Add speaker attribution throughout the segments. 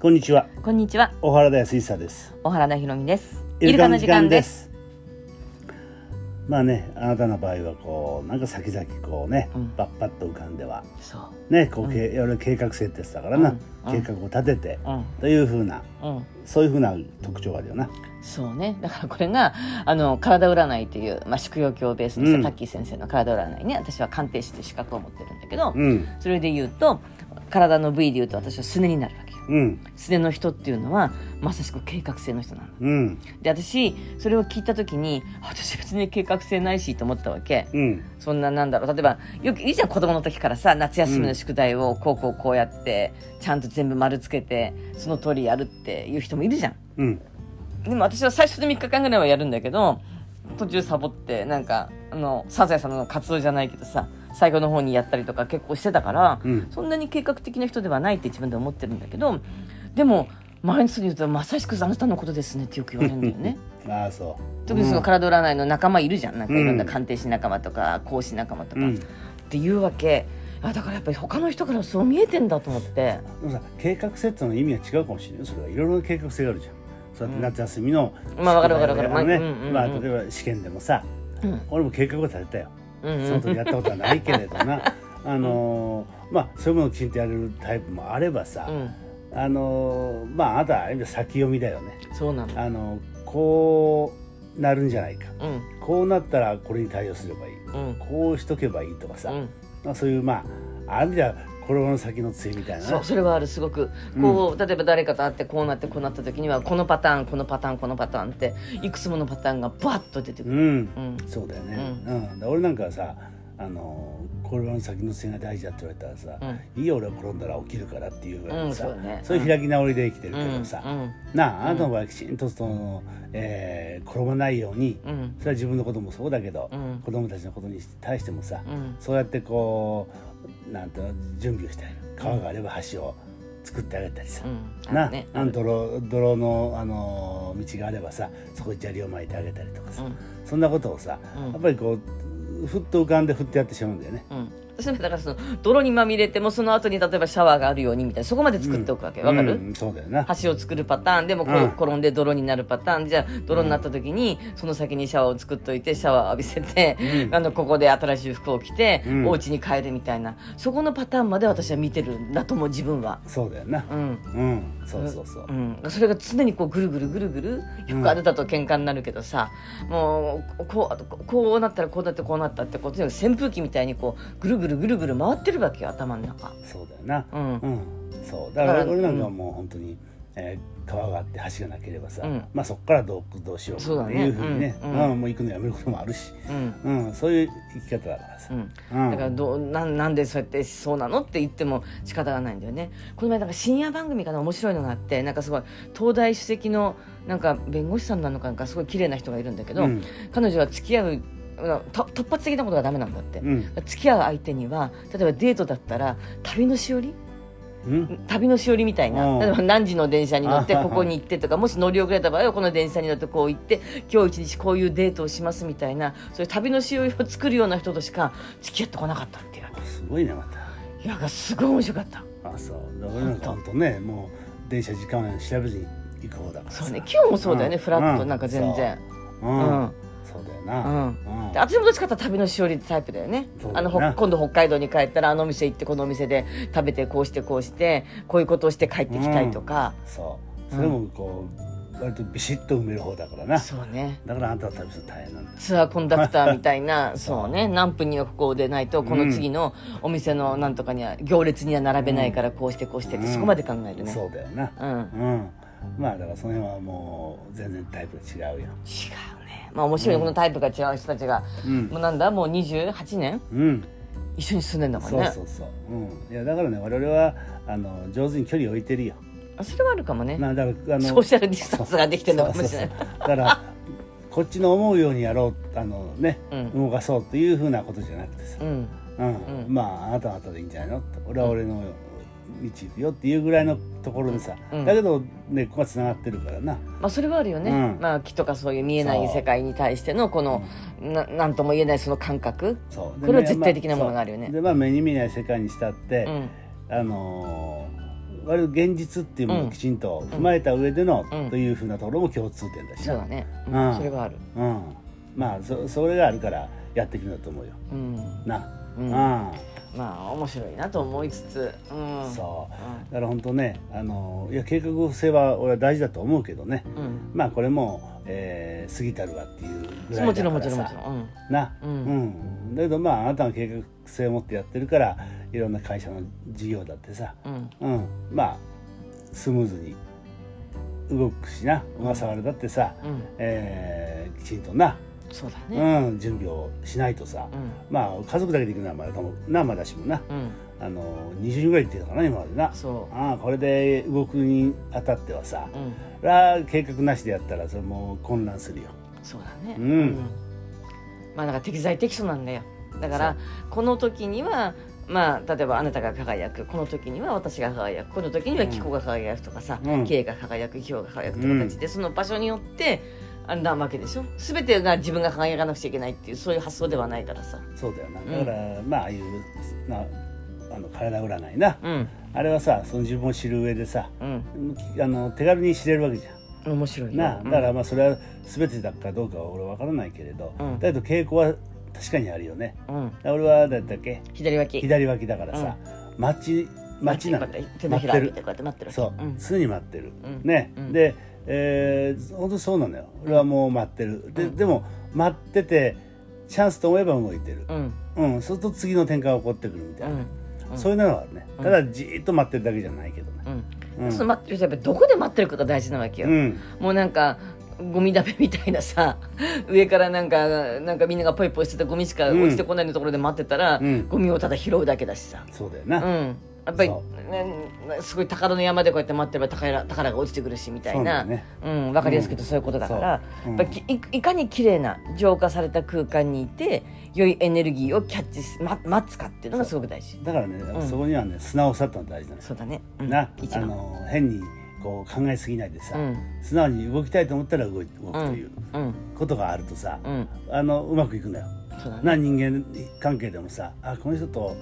Speaker 1: こんにちは
Speaker 2: こんにちは、
Speaker 1: 小原田康久です
Speaker 2: 小原田ひろみです。イルカの時間です。
Speaker 1: すまあねあなたの場合はこうなんか先々こうね、
Speaker 2: うん
Speaker 1: パッパッと浮かんでは
Speaker 2: そ
Speaker 1: ねこう、
Speaker 2: うん
Speaker 1: けいわゆる計画設定だからな、
Speaker 2: うんう
Speaker 1: 計
Speaker 2: ん
Speaker 1: 画を立てて、
Speaker 2: う、うん、
Speaker 1: というふうな
Speaker 2: うん、
Speaker 1: そういうふうな特徴があるよな
Speaker 2: そうね。だからこれがあの体占いというまあ宿養教をベースにし
Speaker 1: うん
Speaker 2: たタッキー先生の体占いね、私は鑑定士って資格を持ってるんだけど、
Speaker 1: うん
Speaker 2: それで言うと体の部位で言うと私はすねになるわけよ。
Speaker 1: うん
Speaker 2: すねの人っていうのはまさしく計画性の人なの。
Speaker 1: うん
Speaker 2: で私それを聞いた時にあ私別に計画性ないしと思ったわけ。
Speaker 1: うん
Speaker 2: そんななんだろう例えばよくいいじゃん子供の時からさ夏休みの宿題をこうこうこうやってちゃんと全部丸つけてその通りやるっていう人もいるじゃん
Speaker 1: うん
Speaker 2: でも私は最初の3日間ぐらいはやるんだけど途中サボってなんかあのサザエさんの活動じゃないけどさ最後の方にやったりとか結構してたから、
Speaker 1: うん
Speaker 2: そんなに計画的な人ではないって自分で思ってるんだけどでも毎日に言うとまさしくあなたのことですねってよく言われるんだよね。
Speaker 1: ああそう
Speaker 2: 特にその体占いの仲間いるじゃんなんかいろんな
Speaker 1: うん
Speaker 2: 鑑定士仲間とか講師仲間とか、
Speaker 1: うん
Speaker 2: っていうわけあだからやっぱり他の人からそう見えてんだと思って
Speaker 1: でもさ計画設定の意味が違うかもしれないよそれはいろいろな計画性があるじゃんそうやって夏休みの宿題を
Speaker 2: まあわかるわかるわかる
Speaker 1: やね
Speaker 2: まあうんうんうん
Speaker 1: まあ例えば試験でもさ
Speaker 2: うん
Speaker 1: 俺も計画を立てたよ
Speaker 2: うん
Speaker 1: その時やったことはないけれど なあのーまあそういうものをきちんとやれるタイプもあればさ、
Speaker 2: うん
Speaker 1: あのーまああなたはある意味先読みだよね
Speaker 2: そうなの
Speaker 1: あのこうなるんじゃないか
Speaker 2: うん
Speaker 1: こうなったらこれに対応すればいい
Speaker 2: うん
Speaker 1: こうしとけばいいとかさ、
Speaker 2: うん
Speaker 1: まあ、そういうまあある意味では転ばの先の杖みたいな
Speaker 2: そうそれはあるすごくこう、例えば誰かと会ってこうなってこうなった時にはこのパターンこのパターンこのパターンっていくつものパターンがバッと出てく
Speaker 1: う
Speaker 2: る、
Speaker 1: ん
Speaker 2: うん
Speaker 1: そうだよね、う
Speaker 2: うん
Speaker 1: で俺なんかはさあのー転ばの先の杖が大事だって言われたらさ、いいよ俺は転んだら起きるからっていうぐらいのさ、
Speaker 2: うんそうだね
Speaker 1: そういう開き直りで生きてる
Speaker 2: う
Speaker 1: け
Speaker 2: ん
Speaker 1: どさ、
Speaker 2: うん
Speaker 1: なああなたの場合きちんとその、えー転ばないように
Speaker 2: うん
Speaker 1: それは自分のこともそうだけど、
Speaker 2: うん
Speaker 1: 子供たちのことに対してもさ、
Speaker 2: うん
Speaker 1: そうやってこうなんていうの準備をしてあげる川があれば橋を作ってあげたりさ、
Speaker 2: うんあ
Speaker 1: な
Speaker 2: るね
Speaker 1: あの泥泥の、あのー道があればさそこに砂利を巻いてあげたりとか
Speaker 2: う
Speaker 1: さ、
Speaker 2: ん
Speaker 1: そんなことをさ、
Speaker 2: うん
Speaker 1: やっぱりこうふっと浮かんで振ってやってしまうんだよね。
Speaker 2: うん私もだからその泥にまみれてもその後に例えばシャワーがあるようにみたいなそこまで作っておくわけわ、かる、
Speaker 1: うんそうだよな。
Speaker 2: 橋を作るパターンでもこ
Speaker 1: うん
Speaker 2: う転んで泥になるパターンじゃあ泥になった時にその先にシャワーを作っといてシャワー浴びせて、
Speaker 1: うん
Speaker 2: あのここで新しい服を着て、
Speaker 1: うん
Speaker 2: お家に帰るみたいなそこのパターンまで私は見てるんだと思う自分は。
Speaker 1: そうだよな。
Speaker 2: うん
Speaker 1: うん、そうそうそう。
Speaker 2: うん、それが常にこうぐるぐるぐるぐるよくあなたと喧嘩になるけどさ、もうこうこうこうなったらこうだってこうなったってこうとにかく扇風機みたいにこうぐるぐるぐるぐる回ってるわけよ頭の中。
Speaker 1: そうだよな。
Speaker 2: うん
Speaker 1: うん、そうだから
Speaker 2: だから
Speaker 1: 俺なんかはもう本当に、えー川があって橋がなければさ、
Speaker 2: うん
Speaker 1: まあそこからどうどうしよう
Speaker 2: そうだ
Speaker 1: って
Speaker 2: ね
Speaker 1: いうふうにね、う
Speaker 2: うんんうん
Speaker 1: もう行くのやめることもあるし、
Speaker 2: うん
Speaker 1: うん、そういう生き方だからさ
Speaker 2: う、
Speaker 1: う
Speaker 2: ん
Speaker 1: ん
Speaker 2: だからどうななんでそうやってそうなのって言っても仕方がないんだよねこの前なんか深夜番組かな面白いのがあってなんかすごい東大主席のなんか弁護士さんなのかなんかすごい綺麗な人がいるんだけど、
Speaker 1: うん
Speaker 2: 彼女は付き合ううんと突発的なことがダメなんだって、
Speaker 1: うん
Speaker 2: 付き合う相手には例えばデートだったら旅のしおり
Speaker 1: うん
Speaker 2: 旅のしおりみたい
Speaker 1: うん
Speaker 2: な例えば何時の電車に乗って
Speaker 1: あはは
Speaker 2: ここに行ってとかもし乗り遅れた場合はこの電車に乗ってこう行って今日一日こういうデートをしますみたいなそういう旅のしおりを作るような人としか付き合ってこなかったっていうわ
Speaker 1: すごいねまた
Speaker 2: けいやすごい面白かった
Speaker 1: あそうだから俺なんか本当ねもう電車時間調べずに行く方だからさ
Speaker 2: そうね今日もそうだよね、
Speaker 1: ん
Speaker 2: フラットなんか全然
Speaker 1: うん
Speaker 2: う
Speaker 1: そう,、うん
Speaker 2: ん、
Speaker 1: そうだよ
Speaker 2: う
Speaker 1: な、
Speaker 2: ん
Speaker 1: うん
Speaker 2: で私もどっちかっていうと旅のしおりタイプだよね
Speaker 1: そうだ
Speaker 2: あ
Speaker 1: ね
Speaker 2: のほ今度北海道に帰ったらあのお店行ってこのお店で食べてこうしてこうしてこういうことをして帰ってきたいとか、
Speaker 1: そうそれもこう、割とビシッと埋める方だからな
Speaker 2: そうね
Speaker 1: だからあんたは旅するの大変なんだ
Speaker 2: ツアーコンダクターみたいなそうね何分にはここを出ないとこの次のお店のなんとかには行列には並べないからこうしてこうしてって
Speaker 1: うん
Speaker 2: そこまで考えるね、
Speaker 1: そうだよな
Speaker 2: うん
Speaker 1: う
Speaker 2: 違う
Speaker 1: んまあだからその辺はもう全然タイプが違うよ
Speaker 2: ねまあ面白いねこのタイプが違う人たちが、
Speaker 1: うん
Speaker 2: もうなんだもう28年
Speaker 1: うん
Speaker 2: 一緒に住んでんだもん
Speaker 1: そう
Speaker 2: ね
Speaker 1: そうそう、うん、いやだからね我々はあの上手に距離を置いてるよ
Speaker 2: あそれはあるかもね
Speaker 1: なんだからあの
Speaker 2: ソーシャルディスタンスができてるのかもしれない
Speaker 1: そうそうそうだからこっちの思うようにやろうあのね、
Speaker 2: う
Speaker 1: 動
Speaker 2: ん
Speaker 1: かそうっていうふうなことじゃなくてさ、
Speaker 2: うん
Speaker 1: うん
Speaker 2: うん
Speaker 1: まああなたはあなたでいいんじゃないの俺は俺の道行くよっていうぐらいのところでさ、
Speaker 2: うん
Speaker 1: だけど根っこがつながってるからな、
Speaker 2: まあそれはあるよね、
Speaker 1: うん
Speaker 2: まあ木とかそういう見えない世界に対してのこのななんとも言えないその感覚
Speaker 1: そう
Speaker 2: これは
Speaker 1: ね
Speaker 2: 絶対的なものがあるよね
Speaker 1: そうでまあ目に見えない世界にしたって、
Speaker 2: うん
Speaker 1: あのー割と現実っていうものをきちんと踏まえた上での、
Speaker 2: うん
Speaker 1: というふうなところも共通点だし
Speaker 2: そうだね、うん
Speaker 1: うん
Speaker 2: それはある
Speaker 1: うん、まあそそれがあるからやっていくんだと思うよ
Speaker 2: うん、
Speaker 1: な、
Speaker 2: う、
Speaker 1: うんん
Speaker 2: まあ面白いなと思いつつうん
Speaker 1: そうだから本当ねあのいや計画性は俺は大事だと思うけどね
Speaker 2: うん、うん
Speaker 1: まあこれも、えー過ぎたるわっていうぐらい
Speaker 2: もち
Speaker 1: だ
Speaker 2: ろ
Speaker 1: か
Speaker 2: んも
Speaker 1: ら
Speaker 2: ちろんもち
Speaker 1: さ
Speaker 2: ろん
Speaker 1: な
Speaker 2: う
Speaker 1: うん
Speaker 2: うん
Speaker 1: んだけどまああなたの計画性を持ってやってるからいろんな会社の事業だってさ、
Speaker 2: うん
Speaker 1: うん、まあスムーズに動くしな小笠原だってさ、
Speaker 2: うん
Speaker 1: えーきちんとな、
Speaker 2: そうだね
Speaker 1: うん、準備をしないとさ、
Speaker 2: うん
Speaker 1: まあ家族だけで行くのはまだかもなまだしもな
Speaker 2: うん
Speaker 1: あの20人ぐらい行ってたかな今までな
Speaker 2: そ
Speaker 1: ああこれで動くにあたってはさ
Speaker 2: ううん
Speaker 1: ら計画なしでやったらそれもう混乱するよ
Speaker 2: そうだね
Speaker 1: うん
Speaker 2: まあだから適材適所なんだよだから
Speaker 1: そ
Speaker 2: この時にはまあ例えばあなたが輝くこの時には私が輝くこの時には紀子が輝くとかさ
Speaker 1: うん
Speaker 2: 慶、が輝くひょうが輝くという形で、その場所によってあんなわけでしょ全てが自分が輝かなくちゃいけないっていうそういう発想ではないからさ
Speaker 1: そうだよな
Speaker 2: うん
Speaker 1: だから、まあああいうなあの体占いな
Speaker 2: うん
Speaker 1: あれはさその自分を知る上でさ
Speaker 2: うん
Speaker 1: あの手軽に知れるわけじゃん
Speaker 2: 面白いよ
Speaker 1: なあ
Speaker 2: うん
Speaker 1: だからまあそれは全てだかどうかは俺は分からないけれど、
Speaker 2: うん
Speaker 1: だけど傾向は確かにあるよね
Speaker 2: うん、
Speaker 1: だから俺はだったっけ
Speaker 2: 左脇
Speaker 1: 左脇だからさ、待ち待ちなんだ
Speaker 2: こう
Speaker 1: よ
Speaker 2: やって手の
Speaker 1: 待
Speaker 2: ひ
Speaker 1: って
Speaker 2: らを開け
Speaker 1: る
Speaker 2: てこうやって待ってる
Speaker 1: そう、
Speaker 2: ん
Speaker 1: 常に待ってる、
Speaker 2: うん
Speaker 1: ね、
Speaker 2: うん
Speaker 1: で、えー、本当そうなのよ俺はもう待ってるで,、
Speaker 2: うん
Speaker 1: でも待っててチャンスと思えば動いてる
Speaker 2: う、ん
Speaker 1: うんそうすると次の展開が起こってくるみ
Speaker 2: う
Speaker 1: たいな、
Speaker 2: んうん
Speaker 1: そういうのはあるねただじーっと待ってるだけじゃないけどね、
Speaker 2: うん
Speaker 1: うん
Speaker 2: その待ってる人はやっぱりどこで待ってるかが大事なわけよ、
Speaker 1: うん
Speaker 2: もうなんかゴミだめみたいなさ上からなんかなんかみんながポイポイしてたゴミしか
Speaker 1: うん
Speaker 2: 落ちてこないようなところで待ってたら、
Speaker 1: うん
Speaker 2: ゴミをただ拾うだけだしさ、
Speaker 1: そうだよ
Speaker 2: う
Speaker 1: な、
Speaker 2: ん、やっぱり、
Speaker 1: そ
Speaker 2: ねねすごい宝の山でこうやって待ってれば宝宝が落ちてくるしみたい
Speaker 1: そうだ
Speaker 2: な
Speaker 1: よね
Speaker 2: うん、わかりやすく言うとそういうことだから、
Speaker 1: そううん
Speaker 2: やっぱきいいかに綺麗な浄化された空間にいて良いエネルギーをキャッチす、ま、待つかっていうのがすごく大事
Speaker 1: だからね、
Speaker 2: ん
Speaker 1: そこにはね素直さってのが大事なんです
Speaker 2: そうだね、うん、
Speaker 1: な
Speaker 2: 一
Speaker 1: あ
Speaker 2: 番
Speaker 1: の変にこう考えすぎないでさ、
Speaker 2: うん
Speaker 1: 素直に動きたいと思ったら動い動くという
Speaker 2: うん
Speaker 1: ことがあるとさ、
Speaker 2: うん
Speaker 1: あのうまくいくんだよ。
Speaker 2: そうだね
Speaker 1: な人間関係でもさあこの人と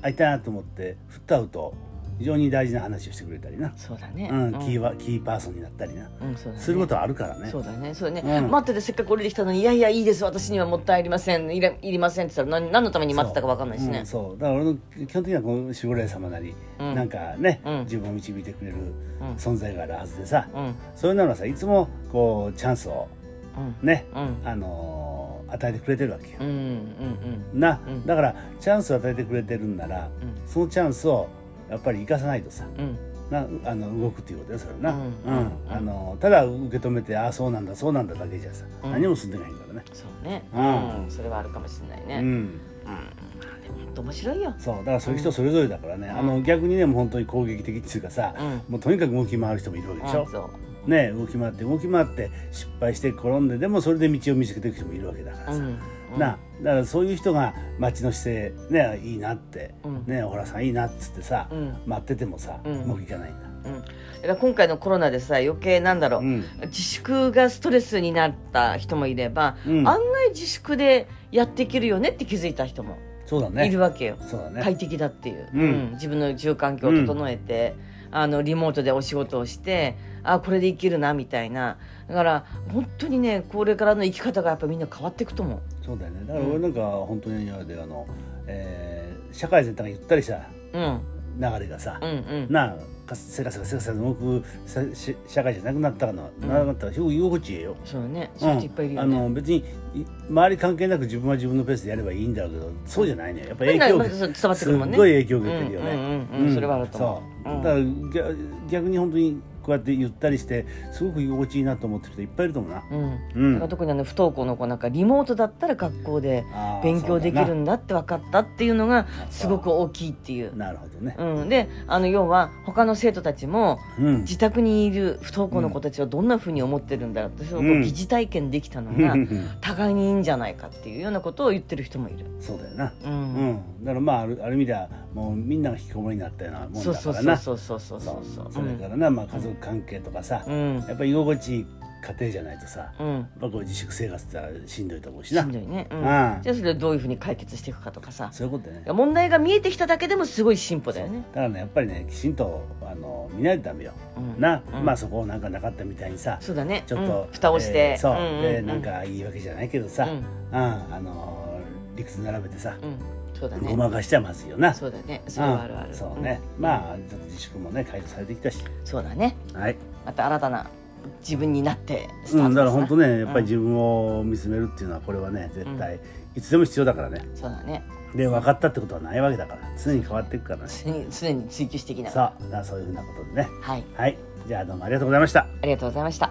Speaker 1: 会いたいなと思って振ったうと非常に大事な話をしてくれたりな、
Speaker 2: そうだね
Speaker 1: うん、キーはキーパーソンになったりな
Speaker 2: うんそうだね
Speaker 1: することはあるからね。
Speaker 2: そうだねそうだね、
Speaker 1: うん
Speaker 2: 待っててせっかく降りてきたのに「いやいやいいです私にはもったいありませんいらいりません」って言ったら何何のために待ってたか分かんないし
Speaker 1: う
Speaker 2: ね
Speaker 1: ん、そうだから俺の基本的にはこの守護霊様なり、
Speaker 2: うん
Speaker 1: なんかね、
Speaker 2: うん
Speaker 1: 自分を導いてくれる
Speaker 2: うん
Speaker 1: 存在があるはずでさ、
Speaker 2: うん
Speaker 1: そういうのはさいつもこうチャンスを
Speaker 2: うん
Speaker 1: ね、
Speaker 2: うん
Speaker 1: あのー与えてくれてるわけよ
Speaker 2: うんう、ん
Speaker 1: な、
Speaker 2: うん
Speaker 1: だからチャンスを与えてくれてるんなら
Speaker 2: うん
Speaker 1: そのチャンスをやっぱり生かさないとさ
Speaker 2: うん
Speaker 1: なあの動くっていうことですよそれな、
Speaker 2: うんうん
Speaker 1: あのただ受け止めてああそうなんだそうなんだだけじゃさ、
Speaker 2: うん
Speaker 1: 何も進んでないからね、
Speaker 2: そうね
Speaker 1: うん
Speaker 2: それはあるかもしれないね、
Speaker 1: うん、
Speaker 2: でも本当面白いよ
Speaker 1: そうだからそういう人それぞれだからね、あの逆にねもう本当に攻撃的っていうかさ、
Speaker 2: う
Speaker 1: もうとにかく動き回る人もいるわけでし
Speaker 2: う
Speaker 1: ょ
Speaker 2: ん、そう
Speaker 1: ね動き回って動き回って失敗して転んででもそれで道を見つけていく人もいるわけだからさ、
Speaker 2: うんうん
Speaker 1: なだからそういう人が町の姿勢ねいいなって、
Speaker 2: うん
Speaker 1: ね小原さんいいなっつってさ、
Speaker 2: うん
Speaker 1: 待っててもさ、
Speaker 2: うん
Speaker 1: うまくいかないんだ、
Speaker 2: うん、だから今回のコロナでさ余計なんだろう、
Speaker 1: うん
Speaker 2: 自粛がストレスになった人もいれば、
Speaker 1: うん
Speaker 2: 案外自粛でやっていけるよねって気づいた人も
Speaker 1: そうだね
Speaker 2: いるわけよ、
Speaker 1: そうだね、
Speaker 2: 快適だっていう、
Speaker 1: うん
Speaker 2: うん自分の住環境を整えて、あのリモートでお仕事をしてあこれで生きるなみたいなだから本当にねこれからの生き方がやっぱみんな変わっていくと思う
Speaker 1: そうだよねだから俺なんか本当に今まであの、えー社会全体がゆったりした
Speaker 2: うん
Speaker 1: 流れがさ
Speaker 2: う、んうん
Speaker 1: なあかせかせかせかせか動くさし社会じゃなくなったかな、なくなったらすごい居心地いいよ、
Speaker 2: そうだね
Speaker 1: う
Speaker 2: そういうん人いっぱいいるよ
Speaker 1: あ
Speaker 2: ね、
Speaker 1: の別にい周り関係なく自分は自分のペースでやればいいんだろうけどそうじゃないのよやっぱ影響を
Speaker 2: まあ
Speaker 1: 受け
Speaker 2: まあそう伝わってくるもん
Speaker 1: す
Speaker 2: ね
Speaker 1: っごい影響を受けてるよね、
Speaker 2: うんうんうんうんそれはあると思う
Speaker 1: そ
Speaker 2: うん
Speaker 1: だから逆逆に本当にこうやってゆったりしてすごく居心地いいなと思ってる人いっぱいいると思うな、
Speaker 2: うん
Speaker 1: うん
Speaker 2: だから特にあの不登校の子なんかリモートだったら学校で
Speaker 1: あー
Speaker 2: 勉強できるんだって分かったっていうのが
Speaker 1: そう
Speaker 2: すごく大きいっていう。
Speaker 1: なるほどね
Speaker 2: うん、であの要は他の生徒たちも
Speaker 1: うん
Speaker 2: 自宅にいる不登校の子たちはどんなふうに思ってるんだろうってそれをこう
Speaker 1: うん
Speaker 2: 疑似体験できたの
Speaker 1: うん
Speaker 2: が互いにいいんじゃないかっていうようなことを言ってる人もいる。
Speaker 1: そうだよな
Speaker 2: う
Speaker 1: うんんだからまああるある意味ではもうみんなが引きこもりになったようなもん
Speaker 2: そう
Speaker 1: だ
Speaker 2: そ
Speaker 1: か
Speaker 2: う
Speaker 1: ら
Speaker 2: そう
Speaker 1: な
Speaker 2: そうそうそうそう
Speaker 1: それからな、まあ、家族関係とかさ、
Speaker 2: うん
Speaker 1: やっぱり居心地いい家庭じゃないとさ、
Speaker 2: うん
Speaker 1: まあ、こう自粛生活ってのはしんどいと思うし
Speaker 2: し
Speaker 1: なん
Speaker 2: どいね、うん
Speaker 1: うん
Speaker 2: じゃあそれをどういうふうに解決していくかとかさ
Speaker 1: そういうことだね
Speaker 2: いや問題が見えてきただけでもすごい進歩だよね
Speaker 1: だからねやっぱりねきちんとあの見ないとダメよ、
Speaker 2: うん
Speaker 1: な、
Speaker 2: うん
Speaker 1: まあそこをなんかなかったみたいにさ
Speaker 2: そうだね
Speaker 1: ちょっと、
Speaker 2: うん蓋をして、
Speaker 1: えーそう、
Speaker 2: んん
Speaker 1: でなんか言い訳じゃないけどさ、
Speaker 2: うん
Speaker 1: うんあのー理屈並べてさ、
Speaker 2: うんそうだ
Speaker 1: ご
Speaker 2: ね
Speaker 1: まかしちゃまずいよな
Speaker 2: そうだねそれはあるあ
Speaker 1: う
Speaker 2: る
Speaker 1: んそうね、まあちょっと自粛もね解除されてきたし
Speaker 2: うんそうだね
Speaker 1: はい、
Speaker 2: また新たな自分になってスター
Speaker 1: う
Speaker 2: ト
Speaker 1: ん、だから本当ね
Speaker 2: です
Speaker 1: やっぱり自分を見つめるっていうのはこれはね絶対いつでも必要だからね
Speaker 2: うんそうだね
Speaker 1: で分かったってことはないわけだから常に変わっていくからね
Speaker 2: 常に常に追求していきなが
Speaker 1: さあだからそういうふうなことでね
Speaker 2: らはい
Speaker 1: はいじゃあどうもありがとうございました
Speaker 2: ありがとうございました